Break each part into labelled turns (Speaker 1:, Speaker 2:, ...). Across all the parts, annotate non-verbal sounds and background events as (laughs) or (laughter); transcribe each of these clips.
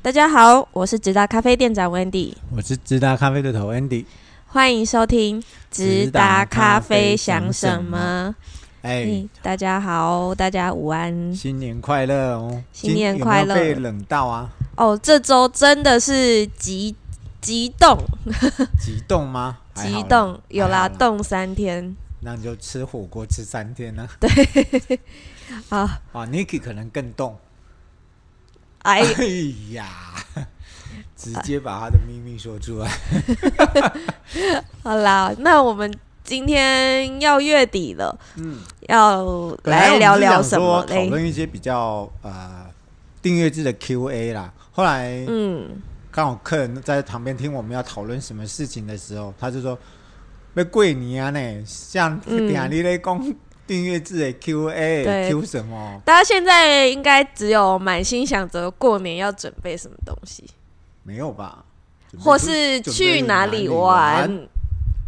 Speaker 1: 大家好，我是直达咖啡店长 Wendy，
Speaker 2: 我是直达咖啡的头 Andy。
Speaker 1: 欢迎收听直达咖啡想什么。
Speaker 2: 哎、
Speaker 1: 嘿大家好，大家午安
Speaker 2: 新年快乐哦！
Speaker 1: 新年快乐
Speaker 2: 今有没有被冷到啊？
Speaker 1: 哦。这周真的是急急冻，
Speaker 2: 激
Speaker 1: (laughs)
Speaker 2: 动吗？还好
Speaker 1: 急
Speaker 2: 啦，
Speaker 1: 冻有
Speaker 2: 还
Speaker 1: 啦，
Speaker 2: 好啦
Speaker 1: 冻三天。
Speaker 2: 那你就吃火锅吃三天呢、
Speaker 1: 啊，
Speaker 2: 啊。Niki 可能更冻。
Speaker 1: 哎
Speaker 2: 哎，呀， (laughs) 直接把他的秘密说出来。
Speaker 1: 好啦， (laughs) 那我们今天要月底了，
Speaker 2: 嗯，
Speaker 1: 要
Speaker 2: 本
Speaker 1: 来
Speaker 2: 我
Speaker 1: 聊
Speaker 2: 们是
Speaker 1: 聊
Speaker 2: 想
Speaker 1: 什
Speaker 2: 说
Speaker 1: 么
Speaker 2: 讨
Speaker 1: 嘞？
Speaker 2: 论一些比较呃订阅制的 Q&A 啦。后来
Speaker 1: 嗯，
Speaker 2: 刚好客人在旁边听我们要讨论什么事情的时候，他就说：“被跪你啊呢，像
Speaker 1: 嗯
Speaker 2: 点你咧讲订阅制的 Q&A
Speaker 1: 对
Speaker 2: Q 什么？
Speaker 1: 大家现在应该只有满心想着过年要准备什么东西，
Speaker 2: 没有吧？准备
Speaker 1: 或
Speaker 2: 出
Speaker 1: 是
Speaker 2: 准备
Speaker 1: 去哪
Speaker 2: 里
Speaker 1: 里玩。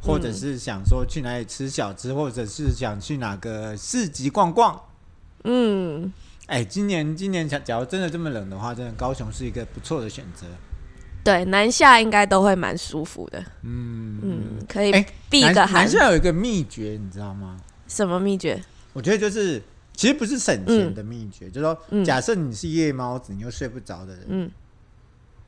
Speaker 2: 或者是想说去哪里吃小吃，或者是想去哪个市集逛逛。
Speaker 1: 嗯，
Speaker 2: 哎，今年今年假假如真的这么冷的话，真的高雄是一个不错的选择。
Speaker 1: 对，南下应该都会蛮舒服的。
Speaker 2: 嗯
Speaker 1: 嗯，可以
Speaker 2: 哎
Speaker 1: 避个
Speaker 2: 南
Speaker 1: 寒
Speaker 2: 南。下有一个秘诀，你知道吗？
Speaker 1: 什么秘诀？
Speaker 2: 我觉得就是，其实不是省钱的秘诀，就是说，
Speaker 1: 嗯
Speaker 2: 假设你是夜猫子，你又睡不着的人，
Speaker 1: 嗯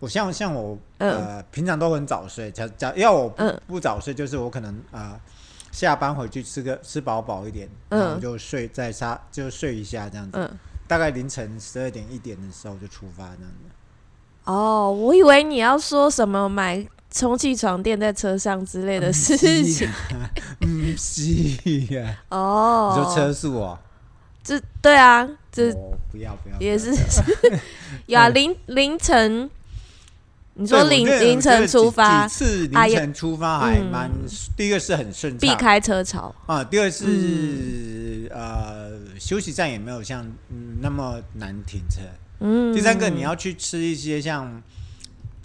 Speaker 2: 我像像我呃，平常都很早睡，假假要我不、
Speaker 1: 嗯
Speaker 2: 不早睡，就是我可能呃下班回去吃个吃饱饱一点，
Speaker 1: 嗯
Speaker 2: 然后就睡在沙就睡一下这样子，
Speaker 1: 嗯。
Speaker 2: 大概凌晨十二点一点的时候就出发这样子，
Speaker 1: 哦，我以为你要说什么买充气床垫在车上之类的事 (laughs)
Speaker 2: (laughs)
Speaker 1: 情。
Speaker 2: 嗯是呀，
Speaker 1: 哦，
Speaker 2: 你说车速哦，
Speaker 1: 这对啊，这
Speaker 2: 我不要不要，不要
Speaker 1: 也是 (laughs) 有啊，
Speaker 2: 嗯
Speaker 1: 凌凌晨，你
Speaker 2: 对
Speaker 1: 说
Speaker 2: 我
Speaker 1: 凌
Speaker 2: 觉得
Speaker 1: 凌
Speaker 2: 我觉
Speaker 1: 晨
Speaker 2: 得
Speaker 1: 出
Speaker 2: 几
Speaker 1: 发
Speaker 2: 几，次
Speaker 1: 啊
Speaker 2: 凌
Speaker 1: 也
Speaker 2: 晨出发还
Speaker 1: 嗯
Speaker 2: 蛮，第一个是很顺畅
Speaker 1: 避，开嗯车潮。
Speaker 2: 啊，第二是、呃，休息站也没有像、嗯、那么难停车。
Speaker 1: 嗯，
Speaker 2: 第三个，你要去吃一些像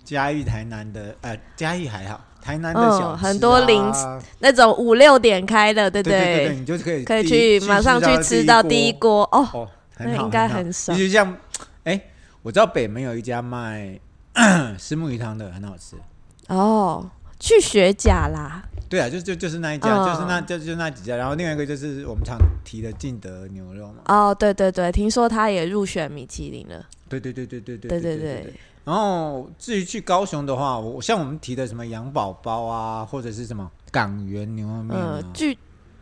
Speaker 2: 嘉义、台南的，呃，嘉义还好，台南的
Speaker 1: 嗯
Speaker 2: 小吃、啊
Speaker 1: 很多零食
Speaker 2: 食，
Speaker 1: 那种五六点开的，对
Speaker 2: 对
Speaker 1: 不
Speaker 2: 对对，你就可以
Speaker 1: 可以
Speaker 2: 第一
Speaker 1: 去马上去吃到第一
Speaker 2: 锅，
Speaker 1: 锅哦， (laughs)
Speaker 2: 哦，很
Speaker 1: 那
Speaker 2: 好，
Speaker 1: 应该
Speaker 2: 好
Speaker 1: 很爽
Speaker 2: 就像，哎，我知道北门有一家卖 (clears throat) 石木鱼汤的，很好吃。
Speaker 1: 哦，去学甲啦，
Speaker 2: 对啊，就就就是那一家，
Speaker 1: 嗯
Speaker 2: 就是那就就那几家，然后另外一个就是我们常提的敬德牛肉嘛。
Speaker 1: 哦，对对对，听说他也入选米其林了，
Speaker 2: 对对对对对对
Speaker 1: 对
Speaker 2: 对
Speaker 1: 对
Speaker 2: 对。然后至于去高雄的话，我像我们提的什么羊宝宝啊，或者是什么港源牛肉面、啊
Speaker 1: 嗯，据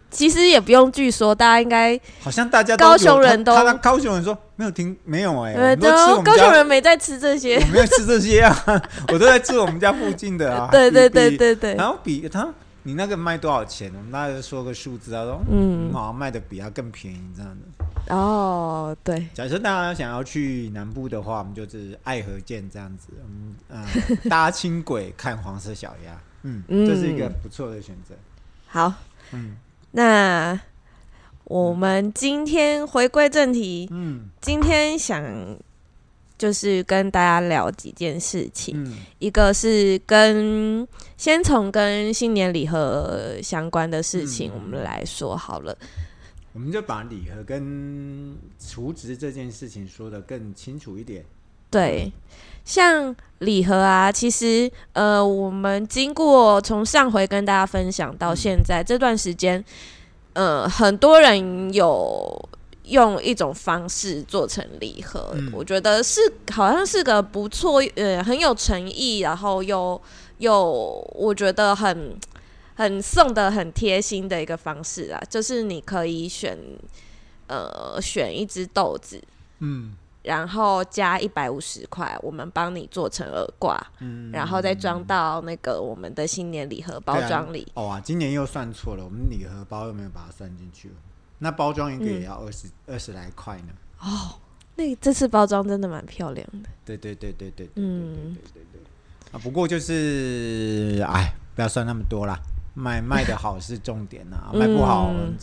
Speaker 1: 其实也不用据说，大家应该
Speaker 2: 好像大家
Speaker 1: 高雄人都
Speaker 2: 他他高雄人说没有听没有哎、我
Speaker 1: 呃
Speaker 2: 们都吃我
Speaker 1: 都
Speaker 2: 们
Speaker 1: 高
Speaker 2: 家
Speaker 1: 雄人没在吃这些。
Speaker 2: 我，没有吃这些啊， (laughs) 我都在吃我们家附近的啊
Speaker 1: (laughs) (laughs) 对对
Speaker 2: 比
Speaker 1: 对
Speaker 2: 比
Speaker 1: 对对，
Speaker 2: 然后比他你那个卖多少钱？我们大概说个数字啊，说嗯，
Speaker 1: 嗯，
Speaker 2: 好像卖的比他更便宜这样的。
Speaker 1: 哦，对，
Speaker 2: 假设大家想要去南部的话，我们就是爱河见这样子，嗯啊、搭轻轨看黄色小鸭，嗯，
Speaker 1: 嗯
Speaker 2: 这是一个不错的选择。
Speaker 1: 好，
Speaker 2: 嗯
Speaker 1: 那我们今天回归正题，
Speaker 2: 嗯
Speaker 1: 今天想就是跟大家聊几件事情。
Speaker 2: 嗯
Speaker 1: 一个是跟先从跟新年礼盒相关的事情，
Speaker 2: 嗯
Speaker 1: 我们来说好了。
Speaker 2: 我们就把礼盒跟除值这件事情说的更清楚一点。
Speaker 1: 对，像礼盒啊，其实呃，我们经过从上回跟大家分享到现在、这段时间，呃，很多人有。用一种方式做成礼盒，
Speaker 2: 嗯
Speaker 1: 我觉得是好像是个不错，呃，很有诚意，然后又又我觉得很很送的很贴心的一个方式啊，就是你可以选呃选一只豆子，
Speaker 2: 嗯
Speaker 1: 然后加一百五十块，我们帮你做成耳挂，
Speaker 2: 嗯，
Speaker 1: 然后再装到那个我们的新年礼盒包装里。
Speaker 2: 哦啊，今年又算错了，我们礼盒包又没有把它算进去，那包装一个也要二十二十来块呢。啊
Speaker 1: 那这次包装真的蛮漂亮的，
Speaker 2: 对对对对对对对对
Speaker 1: 嗯，
Speaker 2: 啊，不过就是，哎，不要算那么多啦，卖卖的好是重点呐、
Speaker 1: (laughs)
Speaker 2: 啊，卖不好，
Speaker 1: 嗯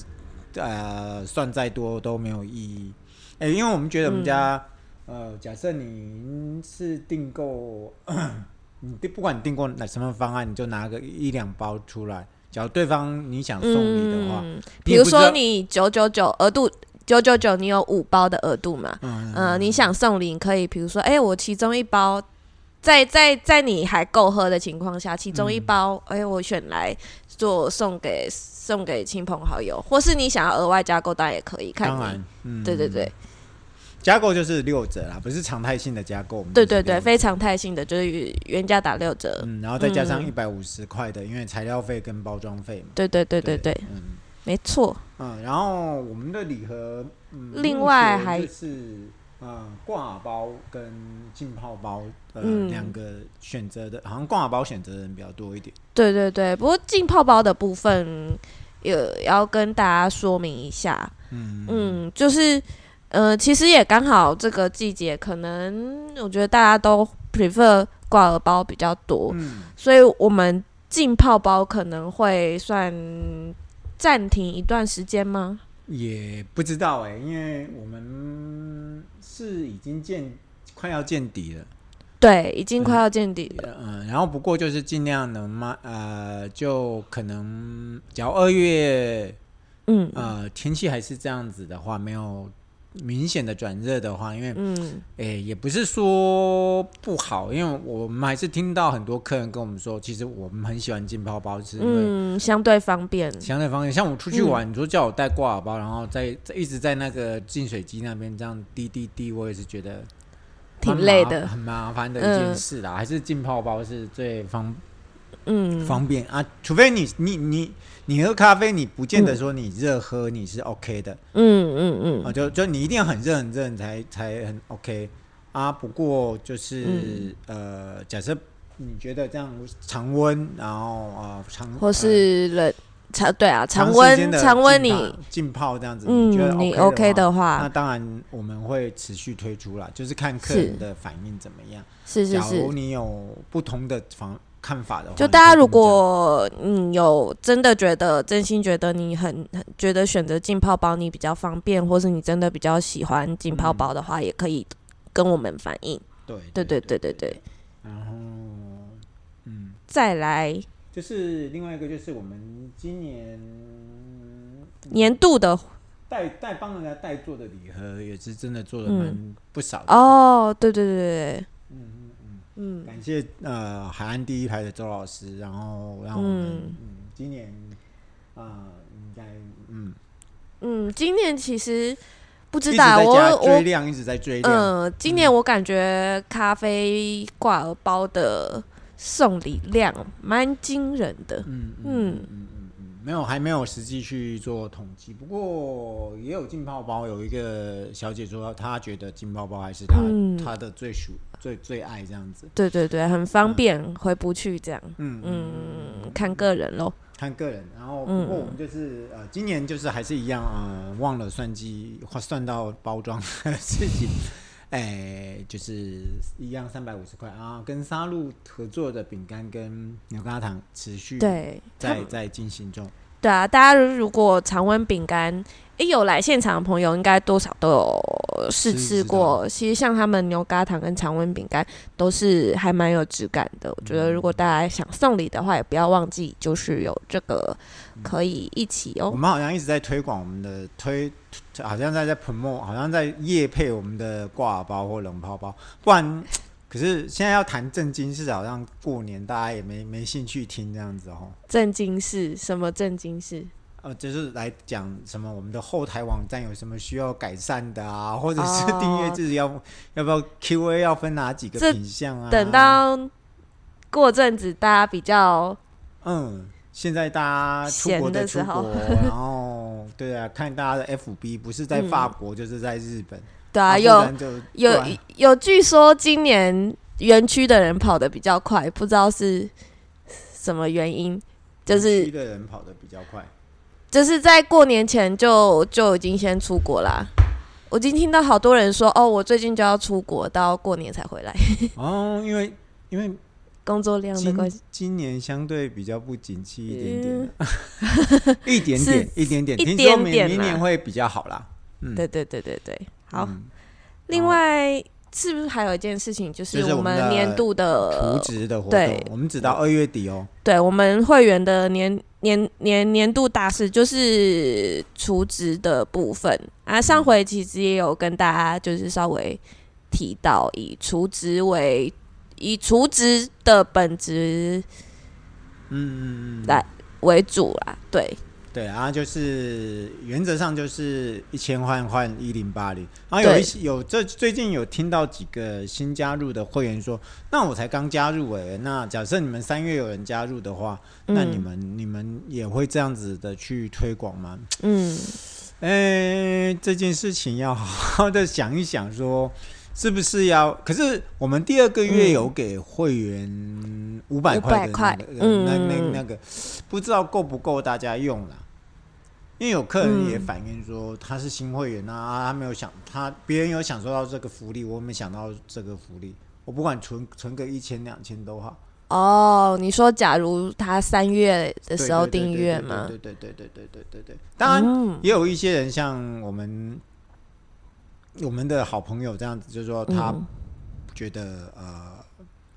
Speaker 2: 呃，算再多都没有意义。哎、因为我们觉得我们家，
Speaker 1: 嗯
Speaker 2: 呃，假设您是订购， (clears throat) 你订不管你订购哪什么方案，你就拿个一两包出来。假如对方你想送礼的话，
Speaker 1: 嗯
Speaker 2: 你
Speaker 1: 比
Speaker 2: 也
Speaker 1: 如
Speaker 2: 不知道
Speaker 1: 说你九九九额度九九九，你有五包的额度嘛？
Speaker 2: 嗯
Speaker 1: 呃，你想送礼，你可以比如说，哎、我其中一包，在在在你还够喝的情况下，其中一包，
Speaker 2: 嗯
Speaker 1: 哎、我选来做送给送给亲朋好友，或是你想要额外加购，当然也可以，看
Speaker 2: 当
Speaker 1: 你
Speaker 2: 然。，嗯，
Speaker 1: 对对对，
Speaker 2: 加购就是六折啦，不是常态性的加购。我们
Speaker 1: 对
Speaker 2: 就
Speaker 1: 对
Speaker 2: 是
Speaker 1: 对，
Speaker 2: 六折
Speaker 1: 非常态性的，就是原价打六折。
Speaker 2: 嗯，然后再加上一
Speaker 1: 嗯
Speaker 2: 百五十块的，因为材料费跟包装费嘛。
Speaker 1: 对对对对对，
Speaker 2: 嗯
Speaker 1: 没错。
Speaker 2: 嗯，然后我们的礼盒，嗯，
Speaker 1: 另外
Speaker 2: 目前
Speaker 1: 还
Speaker 2: 就是嗯挂耳包跟浸泡包，呃，
Speaker 1: 嗯
Speaker 2: 两个选择的，好像挂耳包选择的人比较多一点。
Speaker 1: 对对对，不过浸泡包的部分也要跟大家说明一下。
Speaker 2: 嗯
Speaker 1: 嗯，就是呃，其实也刚好这个季节，可能我觉得大家都 prefer 挂耳包比较多，
Speaker 2: 嗯
Speaker 1: 所以我们浸泡包可能会算暂停一段时间吗？
Speaker 2: 也不知道哎、因为我们是已经见快要见底了，
Speaker 1: 对，已经快要见底了。
Speaker 2: 嗯，然后不过就是尽量能卖，呃，就可能只要二月
Speaker 1: 嗯
Speaker 2: 呃天气还是这样子的话，没有明显的转热的话，因为
Speaker 1: 嗯，
Speaker 2: 诶、也不是说不好，因为我们还是听到很多客人跟我们说，其实我们很喜欢浸泡包，是因为
Speaker 1: 嗯，相对方便。
Speaker 2: 相对方便。像我出去玩，你说叫我带挂耳包，然后在在一直在那个净水机那边这样滴滴滴，我也是觉得
Speaker 1: 挺
Speaker 2: 蛮麻
Speaker 1: 累的
Speaker 2: 很麻烦啊的一件
Speaker 1: 嗯
Speaker 2: 事啦。还是浸泡包是最方
Speaker 1: 嗯，
Speaker 2: 方便啊，除非你你你你喝咖啡，你不见得说你热喝你是 OK 的、
Speaker 1: 嗯嗯
Speaker 2: 啊，
Speaker 1: 嗯，
Speaker 2: 就就你一定要很热很热你才才很 OK 啊。不过
Speaker 1: 嗯
Speaker 2: 就是、呃，假设你觉得这样常温，然后啊、呃、常
Speaker 1: 或是冷常对啊，
Speaker 2: 呃长
Speaker 1: 常
Speaker 2: 时间
Speaker 1: 温
Speaker 2: 的
Speaker 1: 常温
Speaker 2: 浸
Speaker 1: 你
Speaker 2: 泡浸泡这样子，你觉得
Speaker 1: 嗯
Speaker 2: OK
Speaker 1: 你
Speaker 2: 的话
Speaker 1: OK 的
Speaker 2: 那
Speaker 1: 话，
Speaker 2: 当然我们会持续推出啦，就是看客
Speaker 1: 是
Speaker 2: 人的反应怎么样。
Speaker 1: 是是
Speaker 2: 假
Speaker 1: 是
Speaker 2: 如。你有不同的方看法的
Speaker 1: 就
Speaker 2: 话，你可以
Speaker 1: 大家
Speaker 2: 跟
Speaker 1: 如
Speaker 2: 我们讲
Speaker 1: 果嗯有真的觉得真心觉得你很很觉得选择浸泡包你比较方便，或是你真的比较喜欢浸泡包的话，也可以跟我们反映。
Speaker 2: 对
Speaker 1: 对对
Speaker 2: 对
Speaker 1: 对对对，
Speaker 2: 然后，嗯，
Speaker 1: 再来
Speaker 2: 就是另外一个就是我们今年
Speaker 1: 年度的
Speaker 2: 代代帮人家代做的礼盒也是真的做的蛮不少的。
Speaker 1: 哦，对对对对
Speaker 2: 嗯嗯
Speaker 1: 嗯
Speaker 2: 嗯，感谢呃海岸第一排的周老师，然后让我们
Speaker 1: 嗯
Speaker 2: 嗯今年啊、应该嗯
Speaker 1: 嗯，今年其实不
Speaker 2: 一
Speaker 1: 知
Speaker 2: 直
Speaker 1: 道
Speaker 2: 在加
Speaker 1: 我
Speaker 2: 追
Speaker 1: 我
Speaker 2: 量，一直在追量。
Speaker 1: 嗯、今年我感觉咖啡挂耳包的送礼量蛮惊人的。
Speaker 2: 嗯嗯
Speaker 1: 嗯
Speaker 2: 嗯嗯嗯嗯，没有，还没有实际去做统计。不过也有浸泡包，有一个小姐说她觉得浸泡包还是她、
Speaker 1: 嗯
Speaker 2: 她的最属最最爱这样子。
Speaker 1: 对对对，很方便，回不去这样。
Speaker 2: 嗯嗯，
Speaker 1: 嗯，看个人喽。
Speaker 2: 看个人。然后
Speaker 1: 嗯
Speaker 2: 不过我们就是、呃，今年就是还是一样，呃，忘了算计，或算到包装 (laughs) 的事情。哎，就是一样三百五十块啊，跟沙鹿合作的饼干跟牛轧糖持续
Speaker 1: 对，
Speaker 2: 嗯在在进行中。
Speaker 1: 对啊，大家如果常温饼干，诶，有来现场的朋友，应该多少都有试
Speaker 2: 是
Speaker 1: 吃
Speaker 2: 知道
Speaker 1: 过。其实像他们牛轧糖跟常温饼干都是还蛮有质感的。我觉得如果大家想送礼的话，也不要忘记就是有这个可以一起
Speaker 2: 我
Speaker 1: 哦。
Speaker 2: 们好像一直在推广我们的推，推好像在在 promo，好像在夜配我们的挂耳包或冷泡包，不然。可是现在要谈正经事，好像过年大家也没没兴趣听这样子哦。
Speaker 1: 正经事什么正经事？
Speaker 2: 呃，就是来讲什么我们的后台网站有什么需要改善的啊，或者是
Speaker 1: 哦
Speaker 2: 订阅制要、要不要 Q&A 要分哪几个
Speaker 1: 这
Speaker 2: 品项啊？
Speaker 1: 等到过阵子大家比较
Speaker 2: 嗯，现在大家出国
Speaker 1: 闲
Speaker 2: 的出
Speaker 1: 的时候
Speaker 2: 国， (laughs) 然后对啊，看大家的 FB 不是在法国、就是在日本，
Speaker 1: 对啊，
Speaker 2: 不
Speaker 1: 有
Speaker 2: 然就啊
Speaker 1: 有
Speaker 2: 不然
Speaker 1: 有，据说今年园区的人跑得比较快，不知道是什么原因，就
Speaker 2: 园区
Speaker 1: 是
Speaker 2: 的人跑得比较快。
Speaker 1: 就是在过年前就就已经先出国啦。我已经听到好多人说，哦，我最近就要出国，到过年才回来，
Speaker 2: 哦，因为因为
Speaker 1: 工作量的关系
Speaker 2: 今。今年相对比较不景气一点点，啊
Speaker 1: (laughs)
Speaker 2: 一点点
Speaker 1: 是
Speaker 2: 一点点，
Speaker 1: 一
Speaker 2: 听说
Speaker 1: 点
Speaker 2: 明
Speaker 1: 点
Speaker 2: 明
Speaker 1: 啦
Speaker 2: 年会比较好啦。嗯，
Speaker 1: 对对对对对，好。
Speaker 2: 嗯，
Speaker 1: 另外，是不是还有一件事情，就
Speaker 2: 就是是
Speaker 1: 我
Speaker 2: 我们
Speaker 1: 们
Speaker 2: 的
Speaker 1: 年度的
Speaker 2: 图纸的活
Speaker 1: 呃对
Speaker 2: 动，我们只到二月底哦。
Speaker 1: 对我们会员的年年年年度大事就是除职的部分
Speaker 2: 嗯
Speaker 1: 啊，上回其实也有跟大家就是稍微提到，以除职为以除职的本质
Speaker 2: 嗯嗯嗯，
Speaker 1: 来为主啦，对，
Speaker 2: 对，然后就是原则上就是一千换换一零八零，然后有一些有这最近有听到几个新加入的会员说，那我才刚加入哎、那假设你们三月有人加入的话，那
Speaker 1: 嗯
Speaker 2: 你们、你们也会这样子的去推广吗？
Speaker 1: 嗯
Speaker 2: 哎，这件事情要好好的想一想，说是不是要？可是我们第二个
Speaker 1: 嗯
Speaker 2: 月有给会员五百
Speaker 1: 500
Speaker 2: 块的那
Speaker 1: 块
Speaker 2: 个，
Speaker 1: 嗯
Speaker 2: 那
Speaker 1: 嗯
Speaker 2: 那
Speaker 1: 嗯
Speaker 2: 那个，不知道够不够大家用啦。因为有客人
Speaker 1: 嗯
Speaker 2: 也反映说他是新会员啊，他没有想他别人有享受到这个福利，我没想到这个福利。我不管存存个一千两千都好，
Speaker 1: 哦，你说假如他三月的
Speaker 2: 对
Speaker 1: 时候
Speaker 2: 对对
Speaker 1: 订
Speaker 2: 对
Speaker 1: 阅
Speaker 2: 对
Speaker 1: 吗？
Speaker 2: 对对对对对对对对。当然，
Speaker 1: 嗯
Speaker 2: 也有一些人像我们我们的好朋友这样子，就是说他
Speaker 1: 嗯
Speaker 2: 觉得、呃，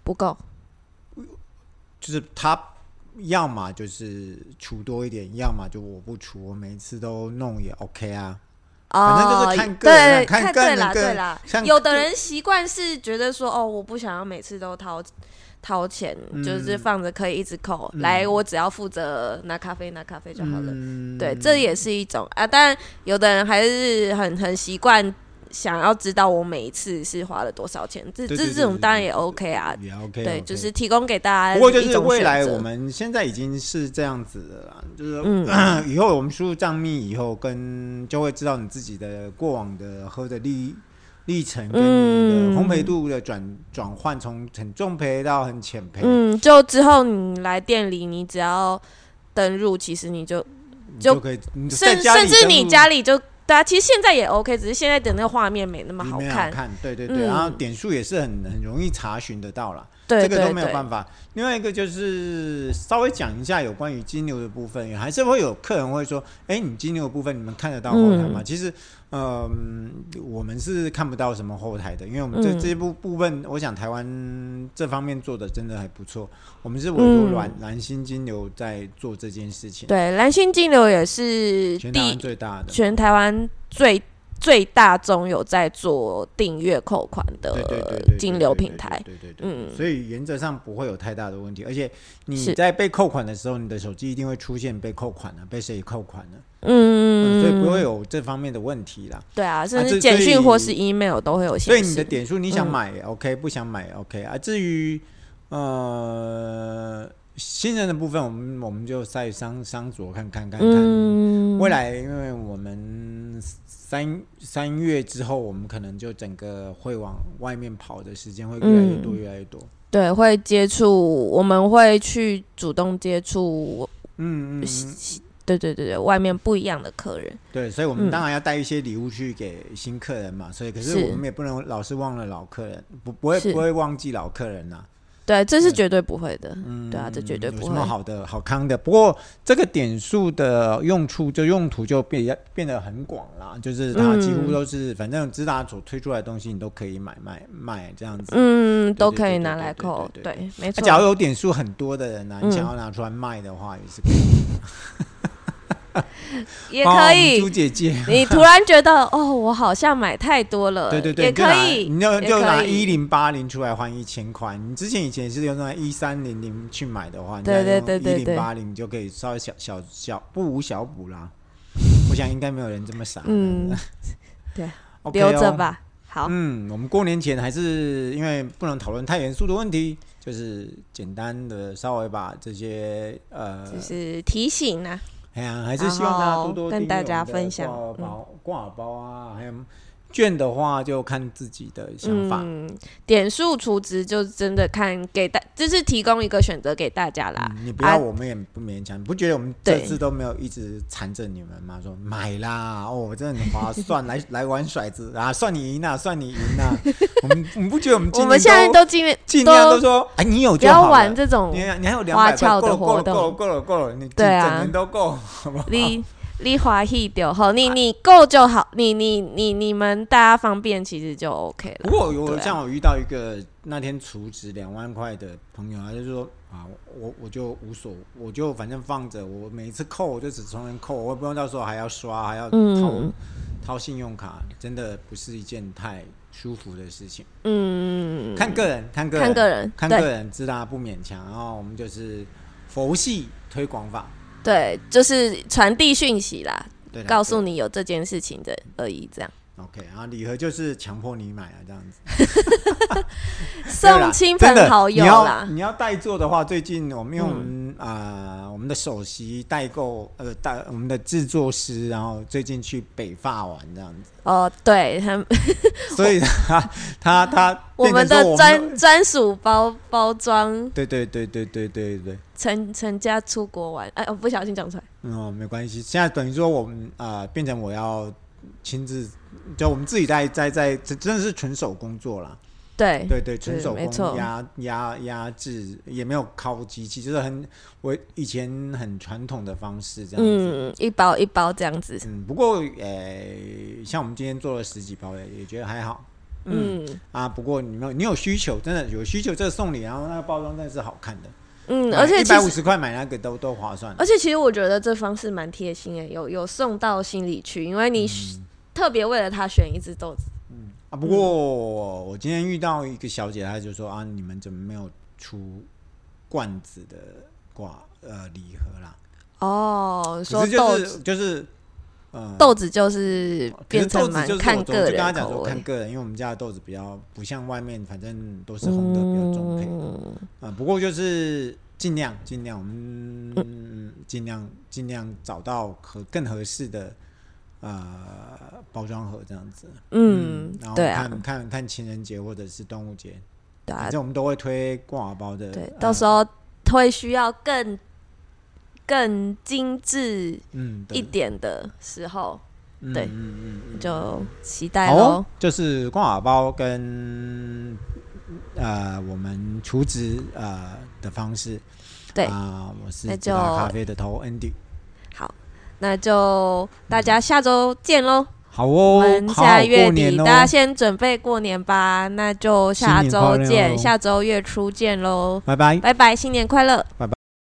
Speaker 1: 不够，
Speaker 2: 就是他要么就是出多一点，要么就我不出，我每一次都弄也 OK 啊。反正就是
Speaker 1: 哦
Speaker 2: 看个人啊
Speaker 1: 对，
Speaker 2: 看个
Speaker 1: 对
Speaker 2: 人
Speaker 1: 啦，
Speaker 2: 个人
Speaker 1: 对啦
Speaker 2: 像。
Speaker 1: 有的人习惯是觉得说，哦，我不想要每次都掏掏钱，
Speaker 2: 嗯
Speaker 1: 就是放着可以一直扣，
Speaker 2: 嗯
Speaker 1: 来，我只要负责拿咖啡拿咖啡就好了。
Speaker 2: 嗯
Speaker 1: 对，这也是一种啊。但有的人还是很很习惯。想要知道我每一次是花了多少钱，这这
Speaker 2: 对对对
Speaker 1: 这种
Speaker 2: 对
Speaker 1: 当然
Speaker 2: 对
Speaker 1: 也 OK 啊，
Speaker 2: 也 OK，,
Speaker 1: 对，就是提供给大家。
Speaker 2: 不过就是未来我，们嗯哎现在已经是这样子的啦，就是、
Speaker 1: 嗯
Speaker 2: (coughs) 以后我们输入账密以后跟就会知道你自己的过往的喝的历历程跟你的
Speaker 1: 嗯
Speaker 2: 烘焙度的转转换，从很重焙到很浅焙，
Speaker 1: 嗯，就之后你来店里，你只要登入，其实你就
Speaker 2: 你
Speaker 1: 就
Speaker 2: 就可以你就在
Speaker 1: 甚
Speaker 2: 家里嗯
Speaker 1: 甚至
Speaker 2: 登
Speaker 1: 你
Speaker 2: 录
Speaker 1: 家里就对啊，其实现在也 OK，只是现在的那个画面没那么
Speaker 2: 里
Speaker 1: 好
Speaker 2: 面
Speaker 1: 看。
Speaker 2: 对对对，
Speaker 1: 嗯
Speaker 2: 然后点数也是很很容易查询得到啦。
Speaker 1: 对
Speaker 2: 这个
Speaker 1: 对
Speaker 2: 都没有
Speaker 1: 对，
Speaker 2: 办法。另外一个就是稍微讲一下有关于金牛的部分，还是会有客人会说：“哎，你金牛的部分你们看得到后台吗？”
Speaker 1: 嗯
Speaker 2: 其实，呃嗯、我们是看不到什么后台的，因为我们这、
Speaker 1: 嗯
Speaker 2: 这一部部分，我想台湾这方面做的真的还不错。我们是委托
Speaker 1: 嗯
Speaker 2: 蓝、蓝星金牛在做这件事情，
Speaker 1: 对蓝星金流也是
Speaker 2: 全台湾
Speaker 1: 第
Speaker 2: 最大的。
Speaker 1: 全台湾最最大宗有在做订阅扣款
Speaker 2: 对对对
Speaker 1: 的
Speaker 2: 对对
Speaker 1: 金
Speaker 2: 对
Speaker 1: 流
Speaker 2: 对
Speaker 1: 平
Speaker 2: 对
Speaker 1: 台。
Speaker 2: 对对对，
Speaker 1: 嗯
Speaker 2: 所以原则上不会有太大的问题，而且你
Speaker 1: 是
Speaker 2: 在被扣款的时候，你的手机一定会出现被扣款啊了、被谁扣款了、嗯，
Speaker 1: 嗯，
Speaker 2: 所以不会有这方面的问题啦。
Speaker 1: 对啊，甚
Speaker 2: 这
Speaker 1: 至简
Speaker 2: 所以
Speaker 1: 讯或是 email 都会有
Speaker 2: 所以
Speaker 1: 显
Speaker 2: 你的
Speaker 1: 示。
Speaker 2: 点数你想买、OK，
Speaker 1: 嗯
Speaker 2: 不想买 OK 啊。至于呃新人的部分，我们我们就再商商酌看看看看。
Speaker 1: 嗯，
Speaker 2: 未来，因为我们三三月之后，我们可能就整个会往外面跑的时间会越来越多，
Speaker 1: 嗯
Speaker 2: 越来越多。
Speaker 1: 对会接触，我们会去主动接触，
Speaker 2: 嗯嗯嗯，
Speaker 1: 对对对对，外面不一样的客人。
Speaker 2: 对，所以我们
Speaker 1: 嗯
Speaker 2: 当然要带一些礼物去给新客人嘛。所以，可是
Speaker 1: 是
Speaker 2: 我们也不能老是忘了老客人，不不会
Speaker 1: 是
Speaker 2: 不会忘记老客人呐、
Speaker 1: 对，这是
Speaker 2: 对
Speaker 1: 绝对不会的。
Speaker 2: 嗯
Speaker 1: 对啊这绝对不
Speaker 2: 有什么
Speaker 1: 会
Speaker 2: 好的好康的。不过这个点数的用处就用途就变变得很广啦，就是它几乎
Speaker 1: 嗯
Speaker 2: 都是，反正直达所推出来的东西，你都可以买卖卖这样子。
Speaker 1: 嗯，都
Speaker 2: 对
Speaker 1: 可
Speaker 2: 对
Speaker 1: 以
Speaker 2: 对
Speaker 1: 拿
Speaker 2: 对
Speaker 1: 来
Speaker 2: 对
Speaker 1: 扣，
Speaker 2: 对对啊
Speaker 1: 对，没
Speaker 2: 那假
Speaker 1: 错。
Speaker 2: 如有点数很多的人呢、啊你想
Speaker 1: 嗯
Speaker 2: 要拿出来卖的话，也是可以。
Speaker 1: 也
Speaker 2: 哦
Speaker 1: 可
Speaker 2: 我们
Speaker 1: 以
Speaker 2: 朱。姐姐， (laughs)
Speaker 1: 你突然觉得，哦，我好像买太多了，
Speaker 2: 对对对，
Speaker 1: 也
Speaker 2: 你就
Speaker 1: 可
Speaker 2: 拿
Speaker 1: 以，
Speaker 2: 你就
Speaker 1: 也
Speaker 2: 就拿
Speaker 1: 可以
Speaker 2: 一零八零出来换一千块。你之前以前是用那一三零零去买的话，
Speaker 1: 对对对
Speaker 2: 一
Speaker 1: 对
Speaker 2: 零
Speaker 1: 对
Speaker 2: 八零就可以稍微小小小不无小补啦。我想应该没有人这么傻。
Speaker 1: 嗯，
Speaker 2: (laughs) OK
Speaker 1: 留着
Speaker 2: 哦。
Speaker 1: 吧。好，
Speaker 2: 嗯，我们过年前还是因为不能讨论太严肃的问题，就是简单的稍微把这些呃，
Speaker 1: 就是提醒啊，
Speaker 2: 哎呀，还是希望大家多多
Speaker 1: 然后跟
Speaker 2: 订阅
Speaker 1: 大家
Speaker 2: 我们的
Speaker 1: 分享嗯
Speaker 2: 挂耳包、挂耳包啊，还有券的话就看自己的想法。
Speaker 1: 嗯，点数储值就真的看给大，就是提供一个选择给大家啦。
Speaker 2: 嗯你不要，
Speaker 1: 啊
Speaker 2: 我们也不勉强。你不觉得我们这
Speaker 1: 对
Speaker 2: 次都没有一直缠着你们吗？说买啦，哦，真的很划算，来 (laughs) 来玩骰子啊，算你赢啦，算你赢啦。我们你不觉得我们今
Speaker 1: 我
Speaker 2: 年
Speaker 1: 们现在
Speaker 2: 都
Speaker 1: 都尽量
Speaker 2: 尽量都
Speaker 1: 都
Speaker 2: 说，哎，你有
Speaker 1: 不
Speaker 2: 就好
Speaker 1: 要
Speaker 2: 了
Speaker 1: 玩这种
Speaker 2: 你你还有两
Speaker 1: 花
Speaker 2: 百块，
Speaker 1: 俏
Speaker 2: 够了
Speaker 1: 的
Speaker 2: 够了
Speaker 1: 活
Speaker 2: 够
Speaker 1: 动
Speaker 2: 了够了够了，你
Speaker 1: 对
Speaker 2: 整
Speaker 1: 啊
Speaker 2: 年都够，好不好？啊
Speaker 1: 你你欢喜就好，你你够就好，你你你你们大家方便其实就 OK
Speaker 2: 不
Speaker 1: 了。
Speaker 2: 过有
Speaker 1: 对啊
Speaker 2: 像我遇到一个那天储值两万块的朋友，他就说啊，我我就无所，我就反正放着，我每一次扣我就只从人扣，我也不用到时候还要刷，还要掏、
Speaker 1: 嗯
Speaker 2: 掏信用卡，真的不是一件太舒服的事情。
Speaker 1: 嗯，
Speaker 2: 看个人，看个人，
Speaker 1: 看个人
Speaker 2: 看
Speaker 1: 对
Speaker 2: 个人，知道不勉强。然后我们就是佛系推广法，
Speaker 1: 对，就是传递讯息啦，
Speaker 2: 对啦，啊
Speaker 1: 告诉你有这件事情的而已，这样。
Speaker 2: 对 OK，然后礼盒就是强迫你买啊，这样子。对啦
Speaker 1: 送亲朋好友
Speaker 2: 真的
Speaker 1: 啦
Speaker 2: 你要。你要代做的话，最近我们因为我们啊、我们的首席代购呃代我们的制作师，然后最近去北法玩这样子，
Speaker 1: 哦，对，他们
Speaker 2: 所以他他他
Speaker 1: (laughs) 我们
Speaker 2: 变成说
Speaker 1: 的专专属包包装，
Speaker 2: 对对对对对对对。
Speaker 1: 成成家出国玩，哎，我不小心讲出来。
Speaker 2: 嗯，没关系。现在等于说我们啊、呃变成我要亲自，就我们自己在在在，这真的是纯手工做啦。
Speaker 1: 对，
Speaker 2: 对对，纯
Speaker 1: 对
Speaker 2: 手
Speaker 1: 没
Speaker 2: 工
Speaker 1: 错
Speaker 2: 压压压制，也没有靠机器，就是很我以前很传统的方式这样子。嗯嗯
Speaker 1: 嗯，一包一包这样子，
Speaker 2: 不过呃，像我们今天做了十几包，也也觉得还好
Speaker 1: 嗯
Speaker 2: 啊。不过你有你有需求，真的有需求，这个送礼，然后那个包装真的是好看的，哎
Speaker 1: 嗯，而且
Speaker 2: 一
Speaker 1: 其
Speaker 2: 百五
Speaker 1: 实
Speaker 2: 十块买那个都都划算。
Speaker 1: 而且其实我觉得这方式蛮贴心诶，有有送到心里去，因为
Speaker 2: 嗯
Speaker 1: 你特别为了他选一只豆子，
Speaker 2: 啊，不过我今天遇到一个小姐，她就说啊，你们怎么没有出罐子的挂呃礼盒啦？
Speaker 1: 哦，
Speaker 2: 可
Speaker 1: 说
Speaker 2: 是
Speaker 1: 豆
Speaker 2: 就
Speaker 1: 子
Speaker 2: 是就是呃，
Speaker 1: 豆子就是
Speaker 2: 可
Speaker 1: 变
Speaker 2: 是豆
Speaker 1: 成
Speaker 2: 子
Speaker 1: 蛮
Speaker 2: 就是
Speaker 1: 看
Speaker 2: 我
Speaker 1: 个
Speaker 2: 就跟她
Speaker 1: 人
Speaker 2: 讲
Speaker 1: 口
Speaker 2: 说
Speaker 1: 味
Speaker 2: 看，个人，因为我们家的豆子比较不像外面，反正都是红的比较中配啊、
Speaker 1: 嗯
Speaker 2: 不过就是尽量尽量我们嗯尽量尽量找到合更合适的呃包装盒这样子。
Speaker 1: 嗯
Speaker 2: 然，后
Speaker 1: 对啊
Speaker 2: 看，看看情人节或者是端午节。
Speaker 1: 对啊
Speaker 2: 反，正我们都会推挂耳包的。
Speaker 1: 对
Speaker 2: 呃，
Speaker 1: 到时候会需要更更精致
Speaker 2: 嗯
Speaker 1: 一
Speaker 2: 对
Speaker 1: 点的时候，
Speaker 2: 嗯
Speaker 1: 对
Speaker 2: 嗯嗯嗯
Speaker 1: 就期
Speaker 2: 嗯
Speaker 1: 待
Speaker 2: 好
Speaker 1: 喽
Speaker 2: 哦。，就是挂耳包跟呃我们除职呃的方式。
Speaker 1: 对
Speaker 2: 啊，我是
Speaker 1: 那
Speaker 2: 直达
Speaker 1: 就
Speaker 2: 咖啡的头 Andy。
Speaker 1: 好，那就大家下周见喽。
Speaker 2: 好
Speaker 1: 我
Speaker 2: 哦
Speaker 1: 们，
Speaker 2: 好好
Speaker 1: 下月
Speaker 2: 过
Speaker 1: 底
Speaker 2: 年哦
Speaker 1: 大。家先准备过年吧。那就下
Speaker 2: 新年快
Speaker 1: 周
Speaker 2: 乐哦
Speaker 1: 见，下周月初见喽。
Speaker 2: 拜拜。
Speaker 1: 拜拜，新年快乐！